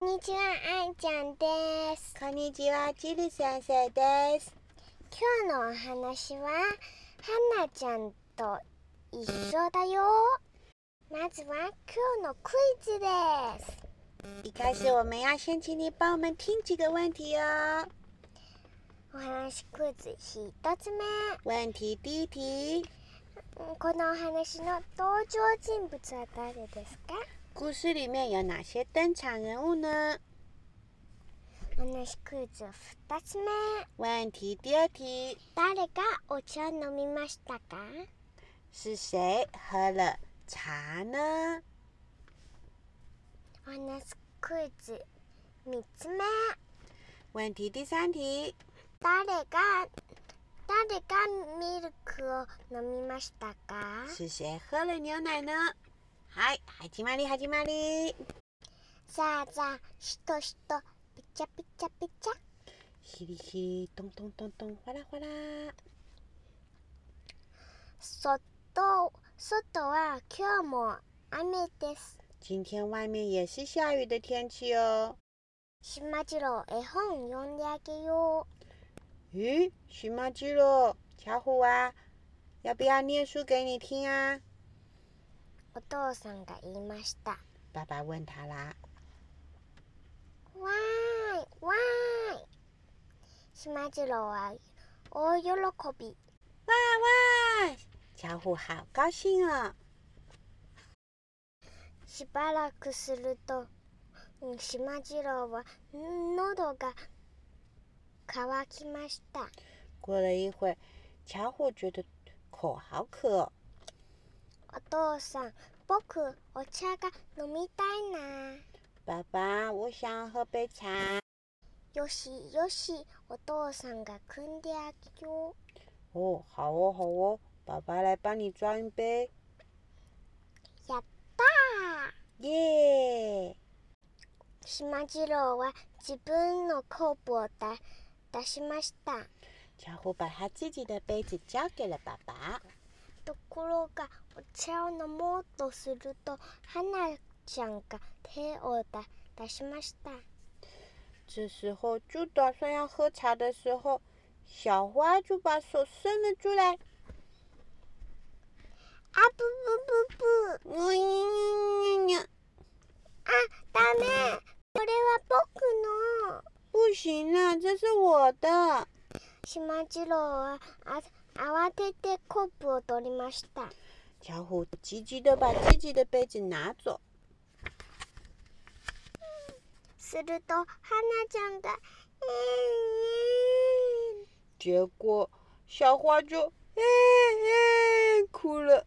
こんにちは、あいちゃんです。こんにちは、チリ先生です。今日のお話は、はなちゃんと一緒だよ。まずは今日のクイズです。一开始我们要先请你帮我们听几个问题哦。お話クイズ一つ目。问题第一题，うんこのお話の登場人物は誰ですか故事里面有哪些登场人物呢？お話クイズ二つ目。问题第二题，誰がお茶飲みましたか是谁喝了茶呢？お話クイズ三つ目。问题第三题，誰が誰がミルクを飲みましたか是谁喝了牛奶呢？はい、始まり始まり。さあさあしとしとピチャピチャピチャヒリヒリ、トントントントン、ほらほら。外外は今日も雨です今天外面也是下雨的天气哦。しまじろう絵本読んであげよ咦，徐茂之路，巧虎啊，要不要念书给你听啊？うお父さんが言いましたわ爸爸问他啦。ーいわーいしまじろうは大喜び哇哇，巧虎好高兴哦。しばらくするとうんしまじろうはん喉が乾きました过了一会儿，巧虎觉得口好渴、哦。お父さん僕お茶が飲みたいな爸爸，我想喝杯茶。よしよしお父さんが汲んであげよ哦，好哦，好哦，爸爸来帮你装一杯。うやった耶！ーしまじろうは自分のコープをだ出しました巧虎把他自己的杯子交给了爸爸。ところがお茶を飲もうとするとはなちゃんが手をだ出しました这时候就打算要喝茶的时候，小花就把手伸了出来。啊あぶぶぶぶ嗯呀呀呀呀！あダメこれは僕の不行啦，这是我的。しまじろうはあ慌ててコップを取りました巧虎急急的把自己的杯子拿走。するとはなちゃんが「えんえん嗯结果小花就哎哎哭了。”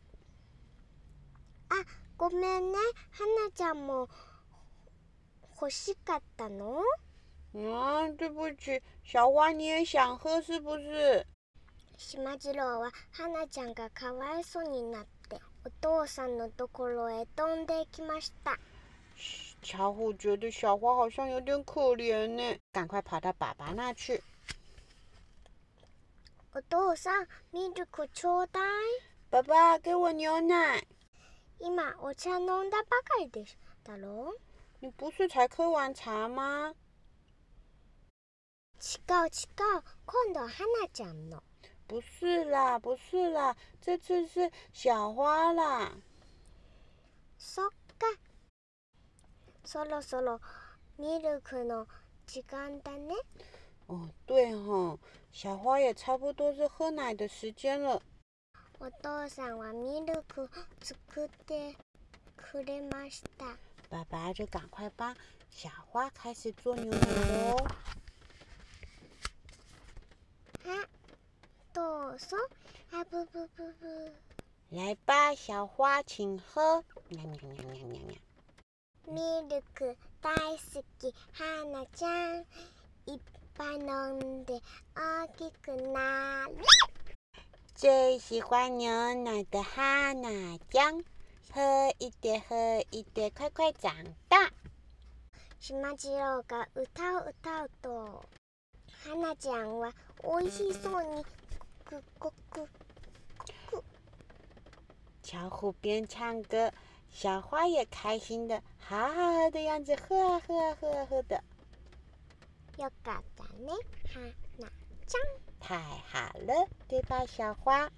ごめんねはなちゃんも欲しかったの啊，对不起，小花你也想喝是不是？しまじろうははなちゃんがかわいそうになってお父さんのところへ飛んでいきました巧虎觉得小花好像有点可怜呢，赶快跑到爸爸那去。お父さんミルクちょうだい爸爸，给我牛奶。今お茶飲んだばかりでしだろう你不是才喝完茶吗？違う違う今度ははなちゃんの不是啦，不是啦，这次是小花啦。そっか。そろそろミルクの時間だね。哦，对吼，小花也差不多是喝奶的时间了。お父さんはミルク作ってくれました。爸爸就赶快帮小花开始做牛奶哦喽。あ、どうぞ。あぶぶぶぶ。来吧，小花，请喝。喵喵喵喵喵喵。ミルク大好きはなちゃんいっぱい飲んで大きくなる最喜欢牛奶的哈娜酱，喝一点，喝一点，快快长大。しまじろうが歌を歌うとはなちゃんはおいしそうにくくく小虎边唱歌，小花也开心的，好好喝的样子，喝啊喝啊喝啊喝的，よかったねはな太好了，对吧，小花？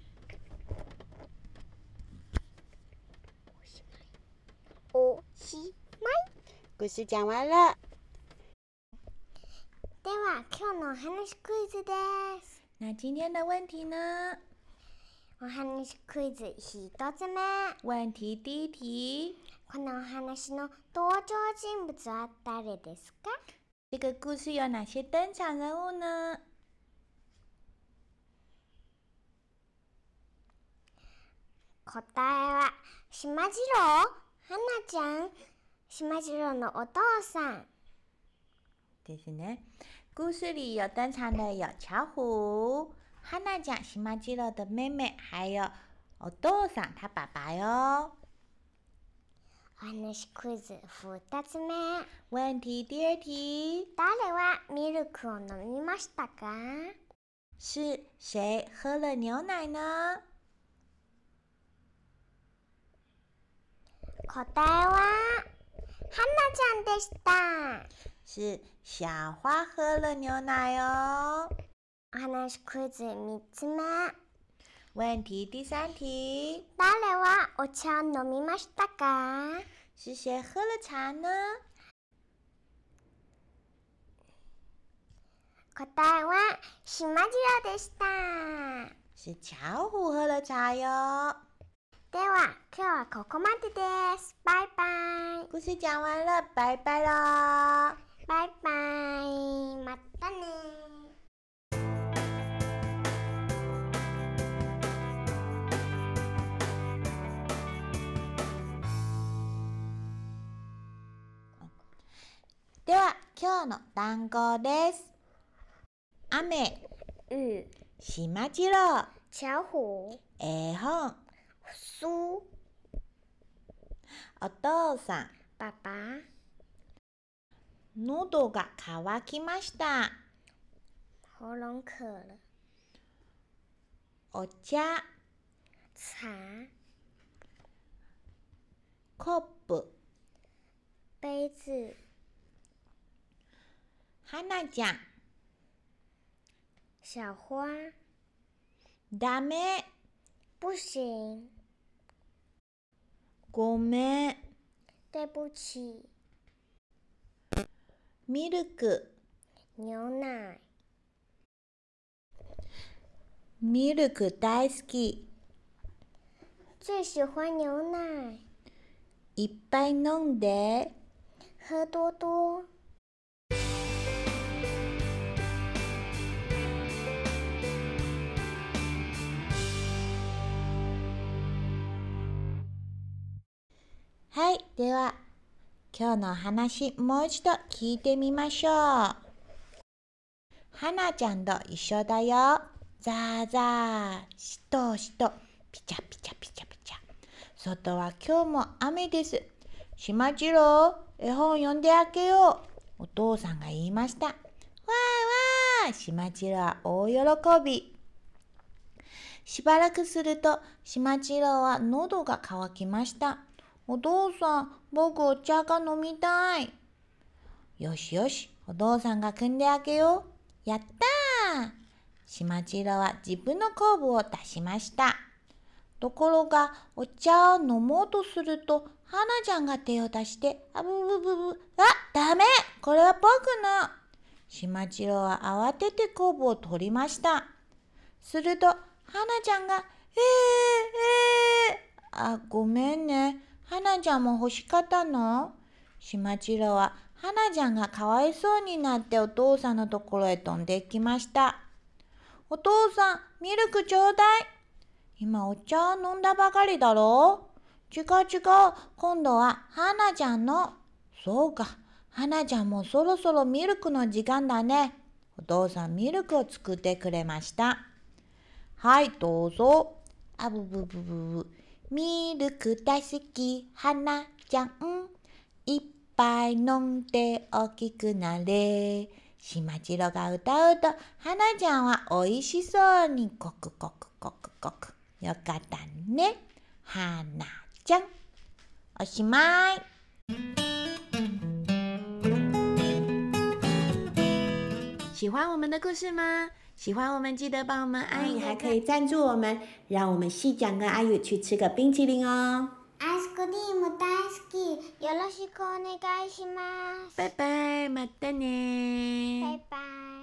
おし故事讲完了，では今日のお話クイズです那今天的问题呢？お話クイズ一つ目问题第一题，このお話の登場人物は誰ですか这个故事有哪些登场人物呢？答えはしまじろうはなちゃんしまじろうのお父さんですね。故事里有登场的有巧虎、哈娜酱、喜马基洛的妹妹，还有お父さん他爸爸哟。お話クイズ二つ目问题第二题誰はミルクを飲みましたか是谁喝了牛奶呢？答えははなちゃんでした是小花喝了牛奶哦。お話クイズ三つ目问题第三题誰はお茶を飲みましたか是谁喝了茶呢？答えはしまじろうでした是巧虎喝了茶哟。では今日はここまでですバイバイ故事讲完了，拜拜啦！バイバイまたねでは今日の単語です。雨、うしまじろう、チャホ絵本、すお父さん、パパ喉が渇きました。ホロンクールお茶、茶コップ、ベイズはなちゃん、小花ダメ、不行ごめん、对不起ミルク、牛奶ミルク大好き。最喜欢牛奶いっぱい飲んで。喝多多はい、では今日のお話もう一度聞いてみましょう。はなちゃんと一緒だよ。ザーザー、しとしと、ピチャピチャピチャピチャ。外は今日も雨です。しまじろう、絵本読んであげよう。お父さんが言いました。わーわー、しまじろうは大喜び。しばらくすると、しまじろうは喉が渇きました。お父さん、僕お茶が飲みたい。よしよし、お父さんが汲んであげよう。やったーしまちろは自分の工部を出しました。ところが、お茶を飲もうとすると、はなちゃんが手を出して、あぶぶぶぶ、あ、ダメこれは僕のしまちろは慌てて工部を取りました。すると、はなちゃんが、えー、えー、あ、ごめんね。はなちゃんも欲しかったのしまちろは、はなちゃんがかわいそうになってお父さんのところへ飛んでいきました。お父さん、ミルクちょうだい。今お茶を飲んだばかりだろう。違う違う、今度ははなちゃんの。そうか、はなちゃんもそろそろミルクの時間だね。お父さんミルクを作ってくれました。はい、どうぞ。あぶぶぶぶぶ。ミルク大好き、はなちゃん。いっぱい飲んで大きくなれ。しまちろが歌うと、はなちゃんはおいしそうにコクコクコクコク。よかったね、はなちゃん。おしまい。喜欢我们的故事吗？喜欢我们记得帮我们按一还还可可以以赞助我们，让我们细讲跟阿宇去吃个冰淇淋哦。アイスクリーム大好き。よろしくお願いします。拜拜，またね。嗯バイバイ。